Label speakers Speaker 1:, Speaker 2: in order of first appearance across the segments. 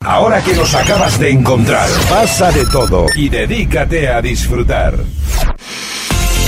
Speaker 1: Ahora que los acabas de encontrar, pasa de todo y dedícate a disfrutar.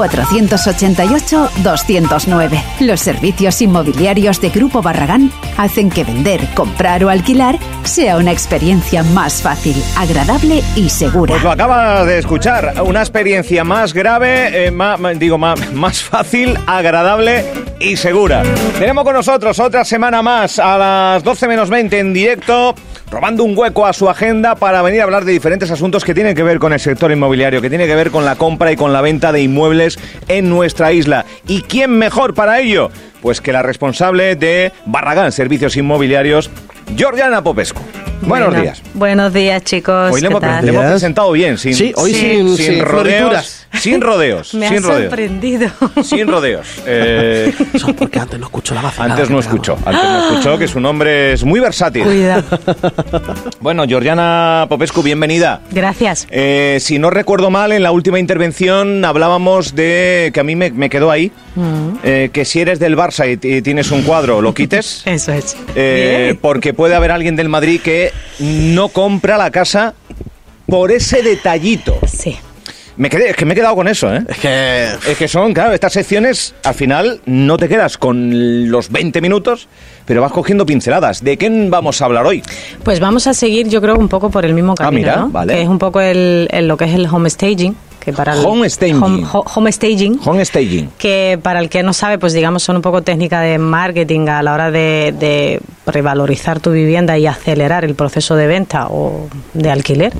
Speaker 2: 488-209. Los servicios inmobiliarios de Grupo Barragán hacen que vender, comprar o alquilar sea una experiencia más fácil, agradable y segura.
Speaker 3: Pues lo acaba de escuchar, una experiencia más grave, eh, ma- ma- digo, ma- más fácil, agradable y segura. Tenemos con nosotros otra semana más a las 12 menos 20 en directo, robando un hueco a su agenda para venir a hablar de diferentes asuntos que tienen que ver con el sector inmobiliario, que tiene que ver con la compra y con la venta de inmuebles en nuestra isla. ¿Y quién mejor para ello? Pues que la responsable de Barragán Servicios Inmobiliarios, Georgiana Popescu. Buenos
Speaker 4: Bueno,
Speaker 3: días.
Speaker 4: Buenos días, chicos.
Speaker 3: Hoy le
Speaker 4: ¿qué
Speaker 3: hemos,
Speaker 4: tal?
Speaker 3: le hemos presentado bien, sin,
Speaker 5: Sí, hoy sin- sin
Speaker 3: rodeos.
Speaker 5: florituras.
Speaker 3: Sin rodeos.
Speaker 4: Me
Speaker 3: sin
Speaker 4: ha
Speaker 3: rodeos.
Speaker 4: sorprendido.
Speaker 3: Sin rodeos. Eh,
Speaker 5: Eso porque antes no escucho la vacilada.
Speaker 3: antes no
Speaker 5: que pegamos.
Speaker 3: escuchó. Antes no escuchó que su nombre es muy versátil.
Speaker 4: Cuidado.
Speaker 3: Bueno, Georgiana Popescu, bienvenida.
Speaker 4: Gracias.
Speaker 3: Eh, si no recuerdo mal, en la última intervención hablábamos de que a mí me, me quedó ahí,
Speaker 4: Mm.
Speaker 3: eh, que si eres del Barça y, t- y tienes un cuadro, lo quites,
Speaker 4: Eso es.
Speaker 3: eh,
Speaker 4: Bien.
Speaker 3: porque puede haber alguien del Madrid que no compra la casa por ese detallito.
Speaker 4: Sí.
Speaker 3: Me quedé, es que me he quedado con eso, ¿eh?
Speaker 5: Es que...
Speaker 3: Es que son, claro, estas secciones al final no te quedas con los 20 minutos, pero vas cogiendo pinceladas. ¿De qué vamos a hablar hoy?
Speaker 4: Pues vamos a seguir, yo creo, un poco por el mismo camino,
Speaker 3: Ah, mira,
Speaker 4: ¿no?
Speaker 3: vale.
Speaker 4: Que es un poco el, el- lo que es el home staging. Que para el-
Speaker 3: Home staging.
Speaker 4: Home, ho- home staging.
Speaker 3: Home staging.
Speaker 4: que para el que no sabe, pues digamos, son un poco técnica de marketing a la hora de, de revalorizar tu vivienda y acelerar el proceso de venta o de alquiler.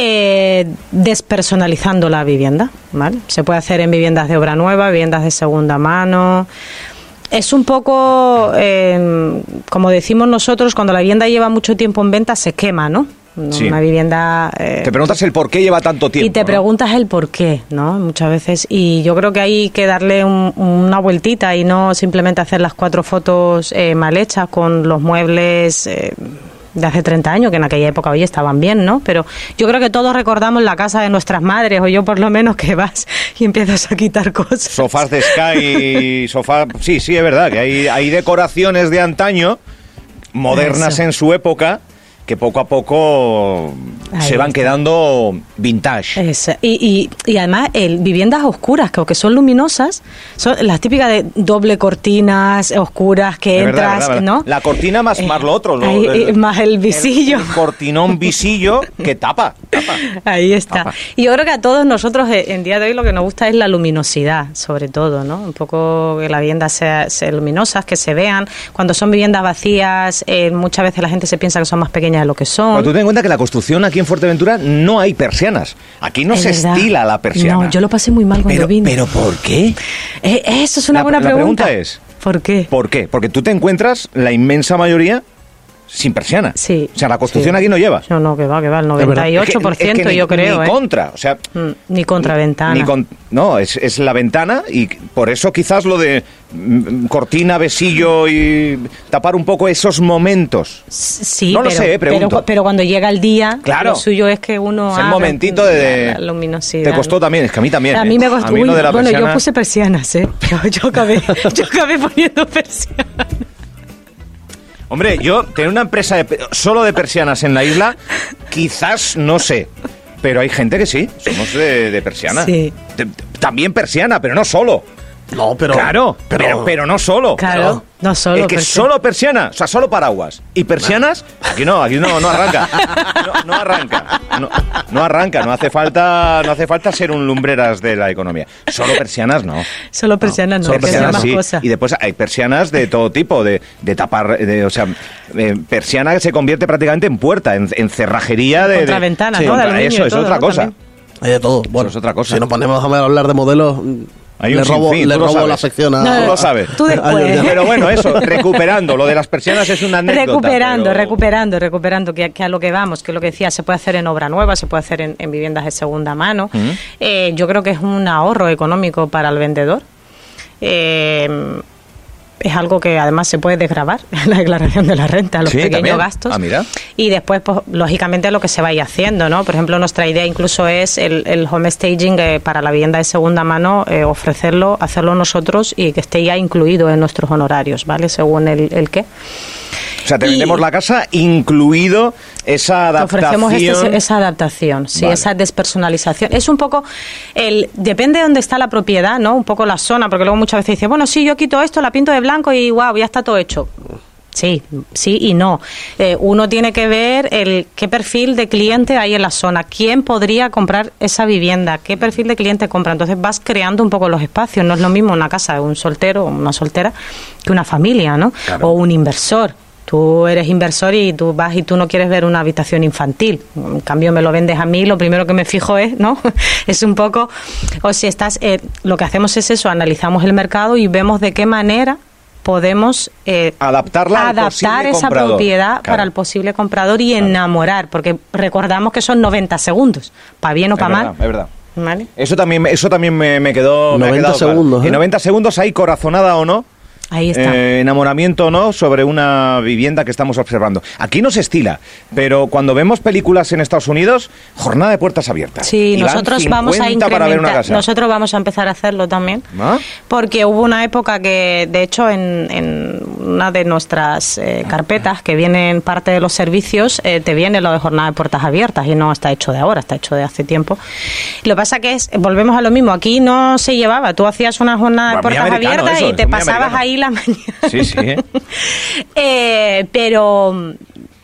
Speaker 4: Eh, despersonalizando la vivienda, ¿vale? Se puede hacer en viviendas de obra nueva, viviendas de segunda mano. Es un poco, eh, como decimos nosotros, cuando la vivienda lleva mucho tiempo en venta se quema, ¿no?
Speaker 3: Sí.
Speaker 4: Una vivienda... eh,
Speaker 3: Te preguntas el por qué lleva tanto tiempo.
Speaker 4: y te
Speaker 3: ¿no?
Speaker 4: preguntas el por qué, ¿no? Muchas veces. Y yo creo que hay que darle un- una vueltita y no simplemente hacer las cuatro fotos eh, mal hechas con los muebles. eh, de hace 30 años, que en aquella época hoy estaban bien, ¿no? Pero yo creo que todos recordamos la casa de nuestras madres, o yo por lo menos que vas y empiezas a quitar cosas.
Speaker 3: Sofás de Sky, sofá... Sí, sí, es verdad, que hay, hay decoraciones de antaño, modernas
Speaker 4: Eso.
Speaker 3: en su época, que poco a poco
Speaker 4: Ahí
Speaker 3: se van
Speaker 4: está.
Speaker 3: quedando vintage.
Speaker 4: Esa- Y, y- y además, el, viviendas oscuras, que aunque son luminosas, son las típicas de doble cortinas oscuras que
Speaker 3: Es
Speaker 4: entras,
Speaker 3: verdad, verdad, verdad.
Speaker 4: ¿no?
Speaker 3: La cortina más,
Speaker 4: Eh,
Speaker 3: más lo otro. lo-
Speaker 4: ahí, eh, más el visillo.
Speaker 3: El, cortinón visillo que tapa. tapa.
Speaker 4: Ahí está.
Speaker 3: Apa.
Speaker 4: Y yo creo que a todos nosotros eh, en día de hoy lo que nos gusta es la luminosidad, sobre todo, ¿no? Un poco que la vivienda sea, sea luminosa, que se vean. Cuando son viviendas vacías, eh, muchas veces la gente se piensa que son más pequeñas de lo que
Speaker 3: Pero tú
Speaker 4: son.
Speaker 3: ten en cuenta que la construcción aquí en Fuerteventura no hay persianas. Aquí no
Speaker 4: Es
Speaker 3: se
Speaker 4: verdad.
Speaker 3: estila la persiana.
Speaker 4: No, yo lo pasé muy mal cuando
Speaker 3: pero,
Speaker 4: vine.
Speaker 3: ¿Pero por qué?
Speaker 4: Eh, eso es una
Speaker 3: La-
Speaker 4: buena
Speaker 3: la
Speaker 4: pregunta.
Speaker 3: pregunta es,
Speaker 4: ¿Por qué?
Speaker 3: ¿Por qué? Porque tú te encuentras la inmensa mayoría sin persiana.
Speaker 4: Sí.
Speaker 3: O sea, la construcción
Speaker 4: Sí.
Speaker 3: aquí no lleva.
Speaker 4: No, no, que va, que va, el
Speaker 5: verdad.
Speaker 4: 98%
Speaker 3: Es que- es que ni-
Speaker 4: yo creo,
Speaker 3: Ni
Speaker 4: ¿eh?
Speaker 3: contra, o sea...
Speaker 4: Mm, ni contraventana.
Speaker 3: ni con- no, es, es la ventana y por eso quizás lo de mm, cortina, besillo y tapar un poco esos momentos.
Speaker 4: Sí,
Speaker 3: No lo
Speaker 4: pero,
Speaker 3: sé, eh, pregunto.
Speaker 4: pero, pero cuando llega el día,
Speaker 3: Claro.
Speaker 4: lo suyo es que uno
Speaker 3: Es el
Speaker 4: haga
Speaker 3: momentito de-
Speaker 4: Ah, la luminosidad.
Speaker 3: Te costó también, es que a mí también.
Speaker 4: A
Speaker 3: ¿eh?
Speaker 4: mí me costó.
Speaker 3: A mí lo
Speaker 4: uy,
Speaker 3: de la
Speaker 4: bueno,
Speaker 3: persiana-
Speaker 4: yo puse persianas, ¿eh? Pero yo acabé, yo acabé poniendo persianas.
Speaker 3: Hombre, yo tener una empresa de pe- solo de persianas en la isla, quizás no sé. Pero hay gente que sí, somos de, de persiana.
Speaker 4: Sí.
Speaker 3: De- también persiana, pero no solo.
Speaker 5: No, pero...
Speaker 3: claro, pero, pero, no solo.
Speaker 4: Claro, no solo.
Speaker 3: es que
Speaker 4: persiana.
Speaker 3: solo persiana, o sea, solo paraguas. Y persianas, aquí no, aquí no, no arranca. No, no arranca. No, no arranca, no hace falta, no hace falta ser un lumbreras de la economía. Solo persianas no.
Speaker 4: Solo persianas, no,
Speaker 5: solo
Speaker 4: que sea
Speaker 5: persianas,
Speaker 4: más
Speaker 3: sí.
Speaker 4: cosa.
Speaker 3: Y después hay persianas de todo tipo, de, de tapar, de, o sea, eh, persiana que se convierte prácticamente en puerta, en, en cerrajería de... de-
Speaker 4: Contraventana,
Speaker 3: sí,
Speaker 4: ¿no? De
Speaker 3: contra-
Speaker 4: aluminio
Speaker 3: eso
Speaker 4: y
Speaker 3: es
Speaker 4: todo,
Speaker 3: otra
Speaker 4: ¿no?
Speaker 3: cosa.
Speaker 4: También.
Speaker 5: Hay de todo. Bueno,
Speaker 3: es otra cosa.
Speaker 5: Si nos ponemos a hablar de modelos,
Speaker 3: Hay
Speaker 5: le
Speaker 3: un
Speaker 5: robo,
Speaker 3: sinfín,
Speaker 5: le
Speaker 3: tú lo
Speaker 5: robo
Speaker 3: sabes.
Speaker 5: la sección a...
Speaker 4: No, no,
Speaker 3: Tú
Speaker 4: no,
Speaker 3: lo sabes.
Speaker 4: tú después.
Speaker 3: Pero bueno, eso, recuperando. Lo de las persianas es una anécdota.
Speaker 4: recuperando,
Speaker 3: pero-
Speaker 4: recuperando, recuperando, que, que a lo que vamos, que lo que decía, se puede hacer en obra nueva, se puede hacer en, en viviendas de segunda mano. Eh, yo creo que es un ahorro económico para el vendedor. Eh, es algo que además se puede desgravar la declaración de la renta, los
Speaker 3: Sí,
Speaker 4: pequeños
Speaker 3: también.
Speaker 4: gastos.
Speaker 3: Ah, mira.
Speaker 4: Y después, pues, lógicamente, lo que se vaya haciendo, ¿no? Por ejemplo, nuestra idea incluso es el, el home staging eh, para la vivienda de segunda mano, eh, ofrecerlo, hacerlo nosotros y que esté ya incluido en nuestros honorarios, ¿vale? Según el, el qué.
Speaker 3: O sea, te
Speaker 4: Y-
Speaker 3: vendemos la casa, incluido esa adaptación.
Speaker 4: Ofrecemos este- esa adaptación, sí,
Speaker 3: Vale.
Speaker 4: esa despersonalización. Es un poco, el depende de dónde está la propiedad, ¿no? Un poco la zona, porque luego muchas veces dices, bueno, sí, yo quito esto, la pinto de blanco y wow, ya está todo hecho. Sí, sí y no. Eh, uno tiene que ver el qué perfil de cliente hay en la zona, quién podría comprar esa vivienda, qué perfil de cliente compra. Entonces vas creando un poco los espacios. No es lo mismo una casa de un soltero o una soltera que una familia, ¿no? O un inversor. Tú eres inversor y tú vas y tú no quieres ver una habitación infantil. En cambio, me lo vendes a mí, lo primero que me fijo es, ¿no? es un poco, o si estás, eh, lo que hacemos es eso, analizamos el mercado y vemos de qué manera podemos eh,
Speaker 3: Adaptarla al
Speaker 4: adaptar
Speaker 3: posible
Speaker 4: esa
Speaker 3: comprador.
Speaker 4: propiedad
Speaker 3: Claro.
Speaker 4: para el posible comprador y enamorar, porque recordamos que son 90 segundos, para bien o
Speaker 3: Es
Speaker 4: para
Speaker 3: verdad,
Speaker 4: mal.
Speaker 3: es verdad.
Speaker 4: ¿Vale?
Speaker 3: Eso también, eso también me, me quedó. me ha
Speaker 5: 90
Speaker 3: quedado claro.
Speaker 5: segundos, ¿eh?
Speaker 3: En 90 segundos hay corazonada o no.
Speaker 4: Ahí está.
Speaker 3: eh, enamoramiento o no sobre una vivienda que estamos observando. Aquí no se estila, pero cuando vemos películas en Estados Unidos, jornada de puertas abiertas.
Speaker 4: Sí,
Speaker 3: Y van
Speaker 4: nosotros vamos a
Speaker 3: 50
Speaker 4: incrementar.
Speaker 3: para ver una casa.
Speaker 4: Nosotros vamos a empezar a hacerlo también.
Speaker 3: ¿Ah?
Speaker 4: Porque hubo una época que, de hecho, en, en una de nuestras eh, carpetas que vienen parte de los servicios, eh, te viene lo de jornada de puertas abiertas y no está hecho de ahora, está hecho de hace tiempo. Lo que pasa que es, volvemos a lo mismo, aquí no se llevaba, tú hacías una jornada
Speaker 3: Bueno,
Speaker 4: de
Speaker 3: muy
Speaker 4: puertas
Speaker 3: americano
Speaker 4: abiertas
Speaker 3: eso,
Speaker 4: y
Speaker 3: es
Speaker 4: te
Speaker 3: muy
Speaker 4: pasabas
Speaker 3: americano.
Speaker 4: ahí la mañana.
Speaker 3: Sí, sí. ¿eh?
Speaker 4: Eh, pero mm,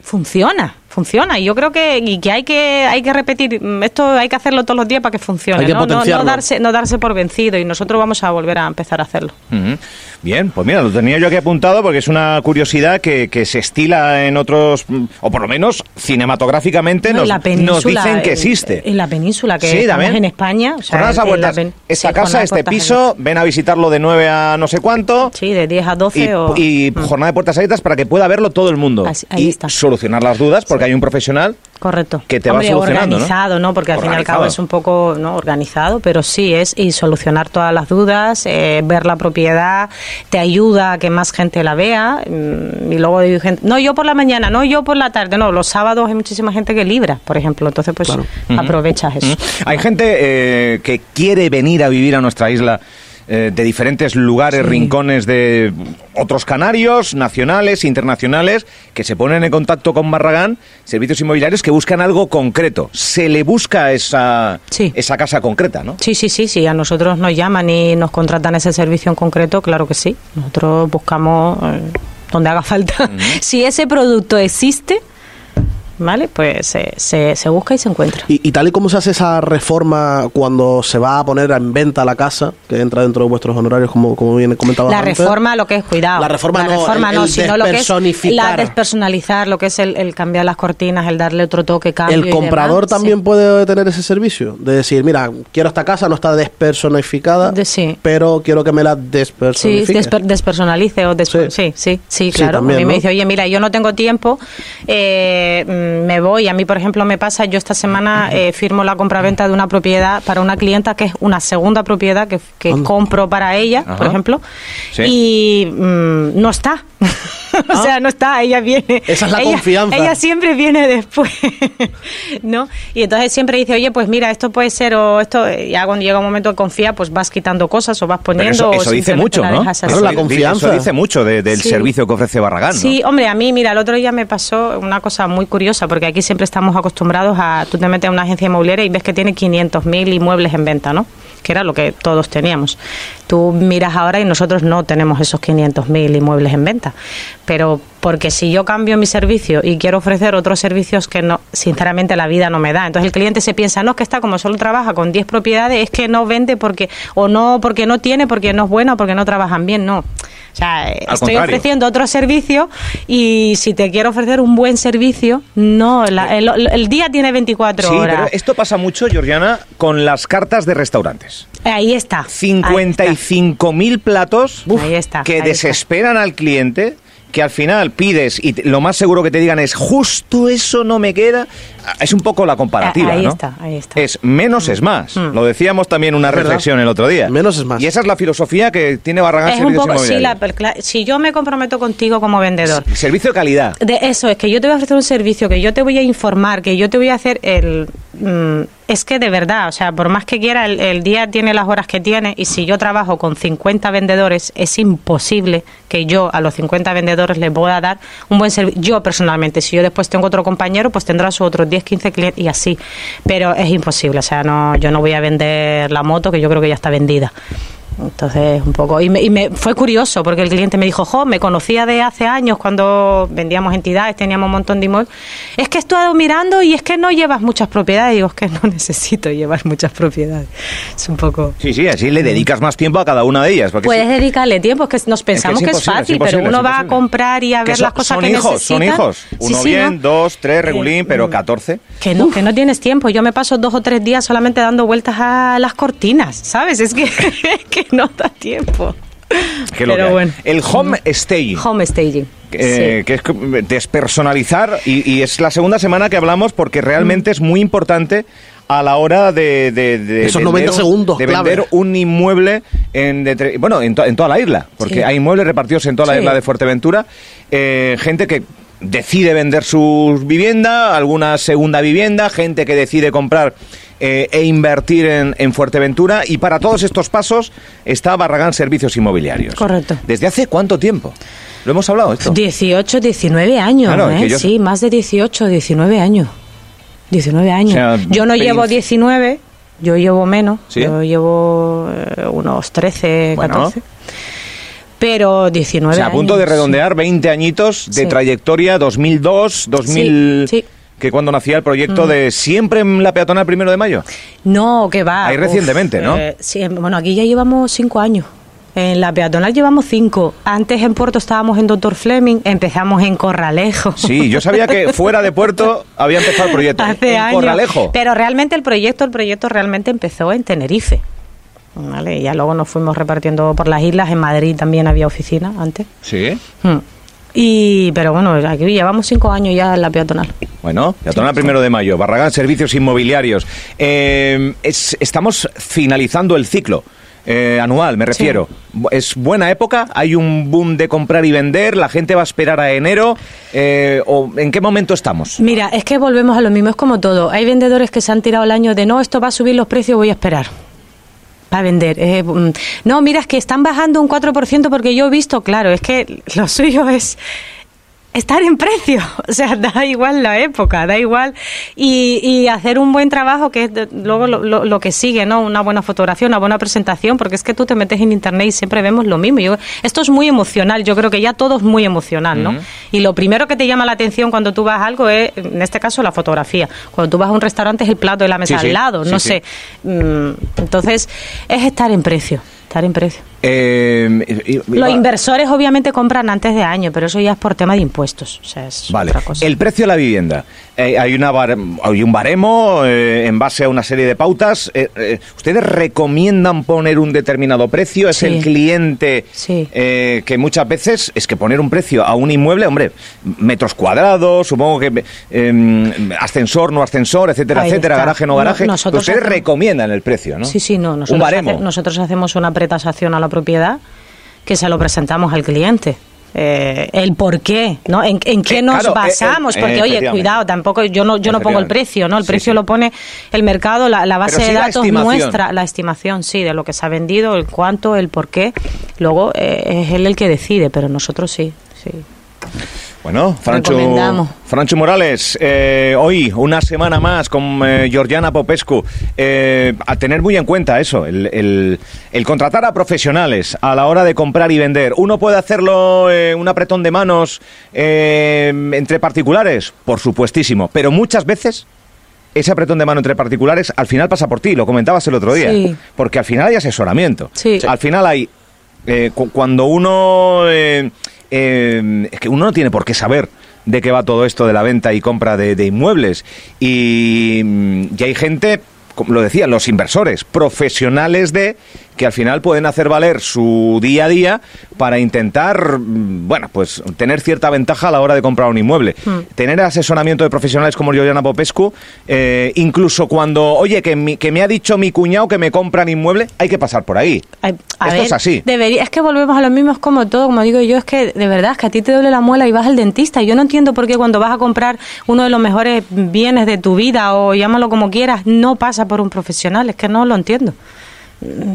Speaker 4: funciona, funciona. Y yo creo que, y que hay que hay que repetir, mm, esto hay que hacerlo todos los días para que funcione,
Speaker 5: Hay que
Speaker 4: ¿no? No- ¿no?
Speaker 5: potenciarlo.
Speaker 4: darse, no darse por vencido y nosotros vamos a volver a empezar a hacerlo.
Speaker 3: Ujú. Bien, pues mira, lo tenía yo aquí apuntado porque es una curiosidad que, que se estila en otros, mm, o por lo menos cinematográficamente
Speaker 4: No,
Speaker 3: nos,
Speaker 4: en la
Speaker 3: nos
Speaker 4: península,
Speaker 3: dicen que
Speaker 4: en-
Speaker 3: existe.
Speaker 4: en la península, que estamos en España, o sea,
Speaker 3: Jornadas a
Speaker 4: en- en la
Speaker 3: vueltas.
Speaker 4: pen-
Speaker 3: Esta
Speaker 4: sí,
Speaker 3: casa,
Speaker 4: jornada
Speaker 3: este
Speaker 4: puertas
Speaker 3: piso, ven a visitarlo de 9 a no sé cuánto.
Speaker 4: Sí, de 10 a 12
Speaker 3: Y,
Speaker 4: o...
Speaker 3: y
Speaker 4: Mm,
Speaker 3: jornada de puertas abiertas para que pueda verlo todo el mundo
Speaker 4: Así- ahí
Speaker 3: y
Speaker 4: está.
Speaker 3: solucionar las dudas porque hay un profesional
Speaker 4: Correcto.
Speaker 3: que te va
Speaker 4: Hombre,
Speaker 3: solucionando, ¿no?
Speaker 4: organizado, ¿no? Porque al fin y al
Speaker 3: Organizado.
Speaker 4: cabo es un poco ¿no? organizado, pero sí es y solucionar todas las dudas, eh, ver la propiedad, te ayuda a que más gente la vea mm, y luego hay gente, no yo por la mañana, no yo por la tarde, no, los sábados hay muchísima gente que libra, por ejemplo, entonces pues aprovechas eso.
Speaker 3: Mm. Hay gente eh, que quiere venir a vivir a nuestra isla eh, de diferentes lugares, rincones de otros canarios, nacionales, internacionales, que se ponen en contacto con Barragán, servicios inmobiliarios que buscan algo concreto. Se le busca esa,
Speaker 4: Sí.
Speaker 3: esa casa concreta, ¿no?
Speaker 4: Sí, sí, sí, sí. A nosotros nos llaman y nos contratan ese servicio en concreto, claro que sí. Nosotros buscamos eh, donde haga falta. Si ese producto existe, ¿vale? Pues eh, se, se busca y se encuentra.
Speaker 5: Y, y tal y como se hace esa reforma cuando se va a poner en venta la casa, que entra dentro de vuestros honorarios, como, como bien comentabas
Speaker 4: La
Speaker 5: antes.
Speaker 4: reforma, lo que es cuidado.
Speaker 5: La reforma no, el- el
Speaker 4: sino lo que es la
Speaker 5: despersonificar.
Speaker 4: despersonalizar, lo que es el, el cambiar las cortinas, el darle otro toque, cambio. y
Speaker 5: El
Speaker 4: demás,
Speaker 5: comprador
Speaker 4: sí.
Speaker 5: también puede tener ese servicio. De decir, mira, quiero esta casa, no está despersonificada,
Speaker 4: De- sí.
Speaker 5: pero quiero que me la
Speaker 4: Sí,
Speaker 5: despersonifique.
Speaker 4: desper- despersonalice o desper-
Speaker 5: Sí.
Speaker 4: sí. sí, sí,
Speaker 5: Sí,
Speaker 4: claro.
Speaker 5: también,
Speaker 4: a mí me
Speaker 5: ¿no?
Speaker 4: dice, oye, mira, yo no tengo tiempo, eh, mm, me voy. A mí, por ejemplo, me pasa, yo esta semana eh, firmo la compraventa de una propiedad para una clienta que es una segunda propiedad que, que
Speaker 5: Anda.
Speaker 4: compro para ella,
Speaker 3: Ajá.
Speaker 4: por ejemplo,
Speaker 3: Sí.
Speaker 4: y mm, no está. o sea, no está, ella viene.
Speaker 5: Ah. Esa es la
Speaker 4: ella-
Speaker 5: confianza.
Speaker 4: Ella siempre viene después, ¿no? Y entonces siempre dice, oye, pues mira, esto puede ser o esto, eh, ya cuando llega un momento de confía, pues vas quitando cosas o vas poniendo
Speaker 3: Pero eso,
Speaker 4: o
Speaker 3: eso dice
Speaker 4: simplemente
Speaker 3: mucho,
Speaker 4: la
Speaker 3: ¿no?
Speaker 4: dejas
Speaker 5: Claro,
Speaker 4: así.
Speaker 3: Eso
Speaker 5: la
Speaker 3: di-
Speaker 5: confianza.
Speaker 3: Eso dice mucho de- del
Speaker 4: Sí.
Speaker 3: servicio que ofrece Barragán, ¿no?
Speaker 4: Sí, hombre, a mí, mira, el otro día me pasó una cosa muy curiosa, porque aquí siempre estamos acostumbrados a, tú te metes a una agencia inmobiliaria y ves que tiene 500.000 inmuebles en venta, ¿no? Que era lo que todos teníamos. Tú miras ahora y nosotros no tenemos esos 500.000 inmuebles en venta. Pero porque si yo cambio mi servicio y quiero ofrecer otros servicios que no, sinceramente la vida no me da. Entonces el cliente se piensa, no, es que está como solo trabaja con 10 propiedades, es que no vende porque, o no, porque no tiene, porque no es bueno, porque no trabajan bien. No, O sea, estoy
Speaker 3: contrario.
Speaker 4: ofreciendo otro servicio y si te quiero ofrecer un buen servicio, no, la- el, el día tiene 24
Speaker 3: Sí, pero
Speaker 4: horas.
Speaker 3: esto pasa mucho, Georgiana, con las cartas de restaurantes.
Speaker 4: Ahí está. Ahí está.
Speaker 3: 55.000 platos
Speaker 4: Uf, Ahí está,
Speaker 3: que
Speaker 4: ahí
Speaker 3: desesperan al cliente, que al final pides y te- lo más seguro que te digan es justo eso no me queda. Ah, Es un poco la comparativa,
Speaker 4: Ah, ahí
Speaker 3: ¿no?
Speaker 4: está, ahí está.
Speaker 3: Es menos es más.
Speaker 4: Mm.
Speaker 3: Lo decíamos también en una
Speaker 5: Es verdad.
Speaker 3: reflexión el otro día.
Speaker 5: Menos es más.
Speaker 3: Y esa es la filosofía que tiene Barragán
Speaker 4: Es un
Speaker 3: Servicios
Speaker 4: poco, sí, la,
Speaker 3: Inmobiliarios.
Speaker 4: percla- si yo me comprometo contigo como vendedor,
Speaker 3: Servicio de calidad.
Speaker 4: de eso es que yo te voy a ofrecer un servicio, que yo te voy a informar, que yo te voy a hacer el... mm, es que de verdad, o sea, por más que quiera, el, el día tiene las horas que tiene y si yo trabajo con 50 vendedores, es imposible que yo a los 50 vendedores les pueda dar un buen servicio. Yo personalmente, si yo después tengo otro compañero, pues tendrá sus otros 10, 15 clientes y así. Pero es imposible, o sea, no, yo no voy a vender la moto, que yo creo que ya está vendida. Entonces, un poco. Y me, y me- fue curioso porque el cliente me dijo, jo, me conocía de hace años cuando vendíamos entidades, teníamos un montón de inmuebles. Es que he estado mirando y es que no llevas muchas propiedades. Digo, es que no necesito llevar muchas propiedades. Es un poco.
Speaker 3: Sí, sí, así le dedicas más tiempo a cada una de ellas. porque
Speaker 4: Mm. Puedes
Speaker 3: si-
Speaker 4: dedicarle tiempo, es que nos pensamos que es,
Speaker 3: imposible, es
Speaker 4: fácil,
Speaker 3: imposible,
Speaker 4: pero uno
Speaker 3: es
Speaker 4: va a
Speaker 3: imposible.
Speaker 4: comprar y a
Speaker 3: que
Speaker 4: ver
Speaker 3: son-
Speaker 4: las cosas
Speaker 3: son
Speaker 4: que
Speaker 3: hijos,
Speaker 4: necesita.
Speaker 3: Son hijos,
Speaker 4: Sí,
Speaker 3: Uno
Speaker 4: sí,
Speaker 3: bien,
Speaker 4: ¿no?
Speaker 3: dos, tres,
Speaker 4: Eh,
Speaker 3: regulín, pero 14.
Speaker 4: Que no, que no tienes tiempo. Yo me paso dos o tres días solamente dando vueltas a las cortinas, ¿sabes? Es que, que no da tiempo.
Speaker 3: que lo
Speaker 4: Pero
Speaker 3: que hay.
Speaker 4: bueno.
Speaker 3: El home
Speaker 4: Mm.
Speaker 3: staging.
Speaker 4: Home staging.
Speaker 3: eh,
Speaker 4: sí.
Speaker 3: que es como despersonalizar y, y es la segunda semana que hablamos porque
Speaker 4: Mm.
Speaker 3: realmente es muy importante a la hora de, de- de
Speaker 5: Esos
Speaker 3: vender
Speaker 5: 90
Speaker 3: un-
Speaker 5: segundos
Speaker 3: de
Speaker 5: clave.
Speaker 3: vender un inmueble en detre- bueno en, to- en toda la isla porque
Speaker 4: Sí.
Speaker 3: hay inmuebles repartidos en toda la
Speaker 4: Sí.
Speaker 3: isla de Fuerteventura eh, gente que decide vender su vivienda alguna segunda vivienda gente que decide comprar eh, e invertir en, en Fuerteventura y para todos estos pasos está Barragán Servicios Inmobiliarios
Speaker 4: Correcto.
Speaker 3: ¿Desde hace cuánto tiempo? Lo hemos hablado esto.
Speaker 4: 18, 19 años,
Speaker 3: Claro, es
Speaker 4: ¿eh?
Speaker 3: que yo-
Speaker 4: Sí, más de 18, 19 años. 19 años.
Speaker 3: O sea,
Speaker 4: yo no
Speaker 3: 20.
Speaker 4: llevo 19, yo llevo menos,
Speaker 3: ¿Sí?
Speaker 4: yo llevo eh, unos 13,
Speaker 3: Bueno.
Speaker 4: 14. Pero 19
Speaker 3: O sea, a punto de
Speaker 4: años, sí.
Speaker 3: redondear 20 añitos de
Speaker 4: Sí.
Speaker 3: trayectoria 2002, 2000...
Speaker 4: Sí, Mm. sí.
Speaker 3: Que cuando nacía el proyecto de siempre en la peatonal primero de mayo.
Speaker 4: No, que va.
Speaker 3: Ahí
Speaker 4: uf,
Speaker 3: recientemente, ¿no?
Speaker 4: eh, sí, em, bueno, aquí ya llevamos cinco años. En la peatonal llevamos cinco. Antes en Puerto estábamos en Doctor Fleming, empezamos en Corralejo.
Speaker 3: Sí, yo sabía que fuera de puerto había empezado el proyecto.
Speaker 4: Hace
Speaker 3: en
Speaker 4: años.
Speaker 3: Corralejo.
Speaker 4: Pero realmente el proyecto, el proyecto realmente empezó en Tenerife. ¿Vale? Y ya luego nos fuimos repartiendo por las islas. En Madrid también había oficina antes.
Speaker 3: Sí.
Speaker 4: Hmm. Y, pero bueno, aquí llevamos cinco años ya en la peatonal.
Speaker 3: Bueno, peatonal primero de mayo, Barragán Servicios Inmobiliarios. Eh, es- estamos finalizando el ciclo. eh, anual, me refiero. Bu- Es buena época, hay un boom de comprar y vender, la gente va a esperar a enero. eh, o, ¿En qué momento estamos?
Speaker 4: Mira, es que volvemos a lo mismo, es como todo. Hay vendedores que se han tirado el año de no, esto va a subir los precios, voy a esperar. Va a vender. eh, mm, no, mira, es que están bajando un 4% porque yo he visto, claro, es que lo suyo es estar en precio. O sea, da igual la época, da igual. Y, y hacer un buen trabajo, que es de- luego lo, lo- lo que sigue, ¿no? Una buena fotografía, una buena presentación, porque es que tú te metes en internet y siempre vemos lo mismo. Yo- esto es muy emocional, yo creo que ya todo es muy emocional, ¿no? Y lo primero que te llama la atención cuando tú vas a algo es, en este caso, la fotografía. Cuando tú vas a un restaurante es el plato de la mesa
Speaker 3: Sí, sí,
Speaker 4: al lado,
Speaker 3: sí,
Speaker 4: no
Speaker 3: sí.
Speaker 4: sé. Mm, Entonces, es estar en precio, estar en precio.
Speaker 3: Eh, y- y-
Speaker 4: Los
Speaker 3: va-
Speaker 4: inversores obviamente compran antes de año, pero eso ya es por tema de impuestos. O sea, es
Speaker 3: Vale,
Speaker 4: otra cosa.
Speaker 3: el precio de la vivienda. Eh, hay, una bar- hay un baremo eh, en base a una serie de pautas. Eh, eh, ¿Ustedes recomiendan poner un determinado precio? ¿Es
Speaker 4: Sí.
Speaker 3: el cliente
Speaker 4: Sí.
Speaker 3: eh, que muchas veces es que poner un precio a un inmueble, hombre, metros cuadrados, supongo que eh, ascensor, no ascensor, etcétera,
Speaker 4: Ahí
Speaker 3: etcétera,
Speaker 4: está.
Speaker 3: garaje, no
Speaker 4: No,
Speaker 3: garaje?
Speaker 4: nosotros
Speaker 3: ustedes
Speaker 4: hacemos-
Speaker 3: recomiendan el precio, ¿no?
Speaker 4: Sí, sí, no.
Speaker 3: un
Speaker 4: Nosotros,
Speaker 3: baremo.
Speaker 4: hace- nosotros hacemos una pretasación a la propiedad que se lo presentamos al cliente. Eh, el por qué, ¿no? ¿En, en qué
Speaker 3: Eh,
Speaker 4: nos
Speaker 3: claro, eh,
Speaker 4: basamos?
Speaker 3: eh,
Speaker 4: Porque, oye,
Speaker 3: efectivamente.
Speaker 4: cuidado, tampoco yo no, yo no pongo el
Speaker 3: Efectivamente.
Speaker 4: precio, ¿no? El
Speaker 3: Sí,
Speaker 4: precio
Speaker 3: sí.
Speaker 4: lo pone el mercado, la, la base
Speaker 3: Pero sí
Speaker 4: de
Speaker 3: la
Speaker 4: datos
Speaker 3: estimación.
Speaker 4: nuestra, la estimación, sí, de lo que se ha vendido, el cuánto, el por qué. Luego eh, es él el que decide, pero nosotros sí, sí.
Speaker 3: Bueno, Francho,
Speaker 4: Recomendamos.
Speaker 3: Francho Morales, eh, hoy una semana más con eh, Georgiana Popescu. Eh, a tener muy en cuenta eso, el, el- el contratar a profesionales a la hora de comprar y vender. ¿Uno puede hacerlo eh, un apretón de manos eh, entre particulares? Por supuestísimo, pero muchas veces ese apretón de mano entre particulares al final pasa por ti, lo comentabas el otro día,
Speaker 4: Sí.
Speaker 3: porque al final hay asesoramiento.
Speaker 4: Sí.
Speaker 3: Al final hay eh, cu- cuando uno... eh, eh, es que uno no tiene por qué saber de qué va todo esto de la venta y compra de, de inmuebles. Y, mm, y hay gente, como lo decía, los inversores, profesionales de que al final pueden hacer valer su día a día para intentar, mm, bueno, pues tener cierta ventaja a la hora de comprar un inmueble. Tener asesoramiento de profesionales como Juliana Popescu, eh, incluso cuando, oye, que, mi- que me ha dicho mi cuñado que me compran inmueble, hay que pasar por ahí.
Speaker 4: Ay, a
Speaker 3: Esto
Speaker 4: ver,
Speaker 3: es así.
Speaker 4: debería- es que volvemos a lo mismo, es como todo, como digo yo, es que de verdad es que a ti te duele la muela y vas al dentista. Yo no entiendo por qué cuando vas a comprar uno de los mejores bienes de tu vida o llámalo como quieras, no pasa por un profesional, es que no lo entiendo. Mm,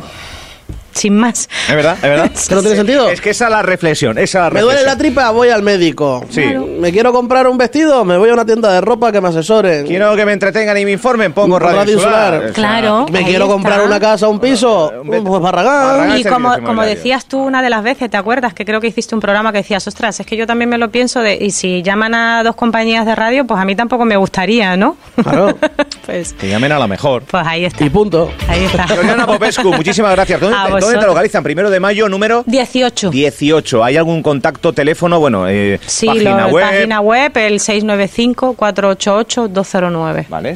Speaker 4: Sin más.
Speaker 3: Es verdad, es verdad.
Speaker 5: ¿Que no tiene sentido?
Speaker 3: Es que esa es la reflexión, esa es la
Speaker 5: Me duele la
Speaker 3: reflexión.
Speaker 5: tripa, voy al médico.
Speaker 3: Sí. Claro.
Speaker 5: Me quiero comprar un vestido, me voy a una tienda de ropa que me asesoren.
Speaker 3: Quiero que me entretengan y me informen, pongo
Speaker 5: Un
Speaker 3: radio,
Speaker 5: radio
Speaker 3: insular.
Speaker 5: insular.
Speaker 3: O sea,
Speaker 4: Claro.
Speaker 5: me
Speaker 4: ahí
Speaker 5: quiero
Speaker 4: está.
Speaker 5: comprar una casa, un piso,
Speaker 3: un bet-
Speaker 5: pues Barragán.
Speaker 3: Barragán.
Speaker 4: Y
Speaker 3: servicios
Speaker 4: como, como
Speaker 3: inmobiliarios.
Speaker 4: decías tú una de las veces, ¿te acuerdas? Que creo que hiciste un programa que decías, ostras, es que yo también me lo pienso de, y si llaman a dos compañías de radio, pues a mí tampoco me gustaría, ¿no?
Speaker 5: Claro.
Speaker 4: pues,
Speaker 3: Que llamen a la mejor.
Speaker 4: pues ahí está.
Speaker 5: Y punto.
Speaker 4: Ahí está.
Speaker 3: Georgiana Popescu, muchísimas gracias. ¿Dónde,
Speaker 4: A
Speaker 3: te- dónde te
Speaker 4: vosotros.
Speaker 3: localizan? Primero de mayo, número
Speaker 4: 18.
Speaker 3: 18. ¿Hay algún contacto, teléfono? Bueno, eh,
Speaker 4: Sí,
Speaker 3: página
Speaker 4: lo-
Speaker 3: web.
Speaker 4: página web, el 695-488-209.
Speaker 3: Vale,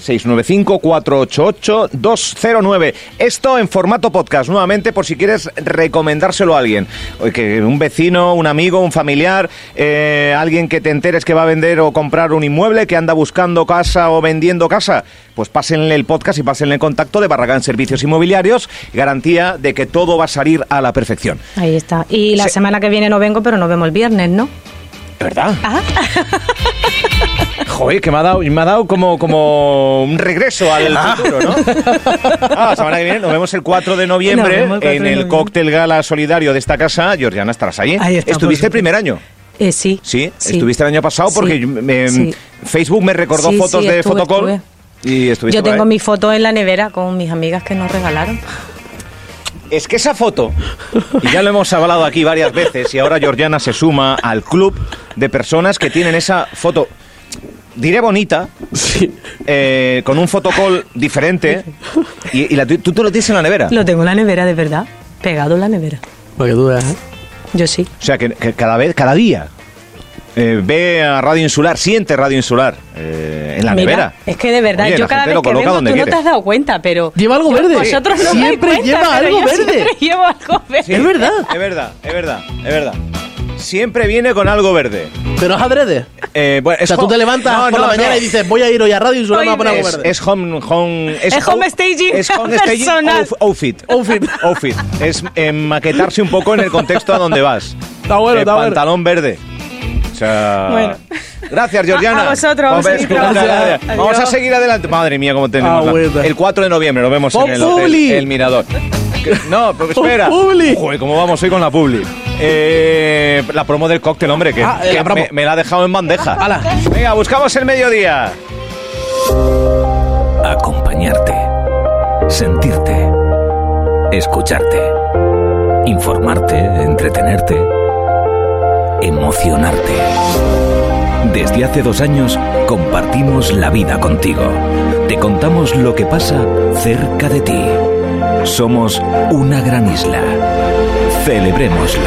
Speaker 3: 695-488-209. Esto en formato podcast, nuevamente, por si quieres recomendárselo a alguien. O Que un vecino, un amigo, un familiar, eh, alguien que te enteres que va a vender o comprar un inmueble, que anda buscando casa o vendiendo casa, pues pásenle el podcast y pásenle el contacto de Barragán Servicios Inmobiliarios, garantía de que todo va a salir a la perfección.
Speaker 4: Ahí está. Y la
Speaker 3: Sí.
Speaker 4: semana que viene no vengo, pero nos vemos el viernes, ¿no?
Speaker 3: ¿Verdad?
Speaker 4: Ah,
Speaker 3: Joder, que me ha dado, me ha dado como, como un regreso al futuro, ¿no? Ah, la semana que viene nos vemos el 4 de
Speaker 4: Nos
Speaker 3: noviembre
Speaker 4: vemos el 4 de
Speaker 3: en el
Speaker 4: noviembre.
Speaker 3: cóctel gala solidario de esta casa. Georgiana, estarás allí.
Speaker 4: Ahí está,
Speaker 3: Estuviste
Speaker 4: por
Speaker 3: el primer año.
Speaker 4: eh, sí.
Speaker 3: Sí, estuviste el año pasado
Speaker 4: Sí.
Speaker 3: porque yo- me- em,
Speaker 4: Sí.
Speaker 3: Facebook me recordó
Speaker 4: Sí,
Speaker 3: fotos
Speaker 4: sí,
Speaker 3: de
Speaker 4: estuve,
Speaker 3: Fotocall
Speaker 4: estuve.
Speaker 3: y estuviste
Speaker 4: Yo
Speaker 3: por
Speaker 4: tengo
Speaker 3: ahí. Ah.
Speaker 4: mi foto en la nevera con mis amigas que nos regalaron.
Speaker 3: Es que esa foto, y ya lo hemos hablado aquí varias veces, y ahora Georgiana se suma al club de personas que tienen esa foto, diré bonita,
Speaker 5: Sí.
Speaker 3: eh, con un fotocall diferente, y, y la tu- tú te lo tienes en la nevera.
Speaker 4: Lo tengo en la nevera, de verdad. Pegado en la nevera.
Speaker 5: Para que tú veas. ¿eh?
Speaker 4: Yo sí.
Speaker 3: O sea, que, que cada vez, cada día, eh, ve a Radio Insular, siente Radio Insular eh, en la
Speaker 4: Mira,
Speaker 3: nevera.
Speaker 4: Es que de verdad,
Speaker 3: Oye,
Speaker 4: yo
Speaker 3: la
Speaker 4: cada
Speaker 3: gente
Speaker 4: vez
Speaker 3: lo
Speaker 4: que
Speaker 3: coloca
Speaker 4: vengo, tú
Speaker 3: donde
Speaker 4: no
Speaker 3: quiere.
Speaker 4: te has dado cuenta, pero...
Speaker 5: Lleva algo
Speaker 4: yo-
Speaker 5: verde.
Speaker 4: Vosotros no os dais
Speaker 5: Siempre
Speaker 4: cuenta,
Speaker 5: lleva
Speaker 4: pero
Speaker 5: algo
Speaker 4: yo
Speaker 5: verde.
Speaker 4: siempre llevo algo verde.
Speaker 3: Sí,
Speaker 5: Es verdad.
Speaker 3: Es verdad, es verdad, es verdad. Siempre viene con algo verde.
Speaker 5: Pero es adrede.
Speaker 3: Eh, bueno,
Speaker 5: O sea, tú te levantas
Speaker 3: No,
Speaker 5: por la
Speaker 3: no,
Speaker 5: mañana
Speaker 3: no.
Speaker 5: y dices, voy a ir hoy a Radio Insular, me voy a poner algo
Speaker 3: Es,
Speaker 5: verde.
Speaker 3: es home, home,
Speaker 4: Es home
Speaker 3: ou-
Speaker 4: staging
Speaker 3: Es home staging
Speaker 4: personal.
Speaker 3: ou- outfit.
Speaker 5: Outfit.
Speaker 3: Outfit. Es eh, maquetarse un poco en el contexto a donde vas.
Speaker 5: Está bueno,
Speaker 3: Eh,
Speaker 5: está bueno.
Speaker 3: Pantalón verde. O sea,
Speaker 4: Bueno.
Speaker 3: Gracias, Georgiana.
Speaker 4: A- a vosotros,
Speaker 3: Vamos, ver,
Speaker 4: seguid trabajando.
Speaker 3: gracias.
Speaker 4: Adiós.
Speaker 3: Vamos a seguir adelante. Madre mía, cómo tenemos.
Speaker 5: Ah,
Speaker 3: la-
Speaker 5: bueno.
Speaker 3: el 4 de noviembre nos vemos en el hotel
Speaker 5: Populi.
Speaker 3: El Mirador. Que- No, pero espera.
Speaker 5: Populi.
Speaker 3: Joder, ¿cómo vamos hoy con la publi? Eh, la promo del cóctel, hombre, que,
Speaker 5: Ah, eh,
Speaker 3: que
Speaker 5: la promo.
Speaker 3: me, me la ha dejado en bandeja.
Speaker 5: Hala.
Speaker 3: Venga, buscamos el mediodía.
Speaker 6: Acompañarte. Sentirte. Escucharte. Informarte, entretenerte. Emocionarte. Desde hace dos años compartimos la vida contigo. Te contamos lo que pasa cerca de ti. Somos una gran isla. Celebrémoslo.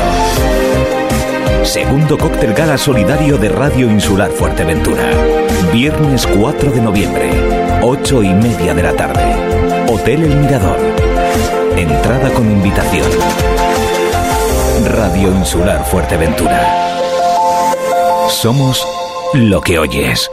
Speaker 6: Segundo cóctel gala solidario de Radio Insular Fuerteventura. Viernes 4 de noviembre, 8 y media de la tarde. Hotel El Mirador. Entrada con invitación. Radio Insular Fuerteventura. Somos lo que oyes.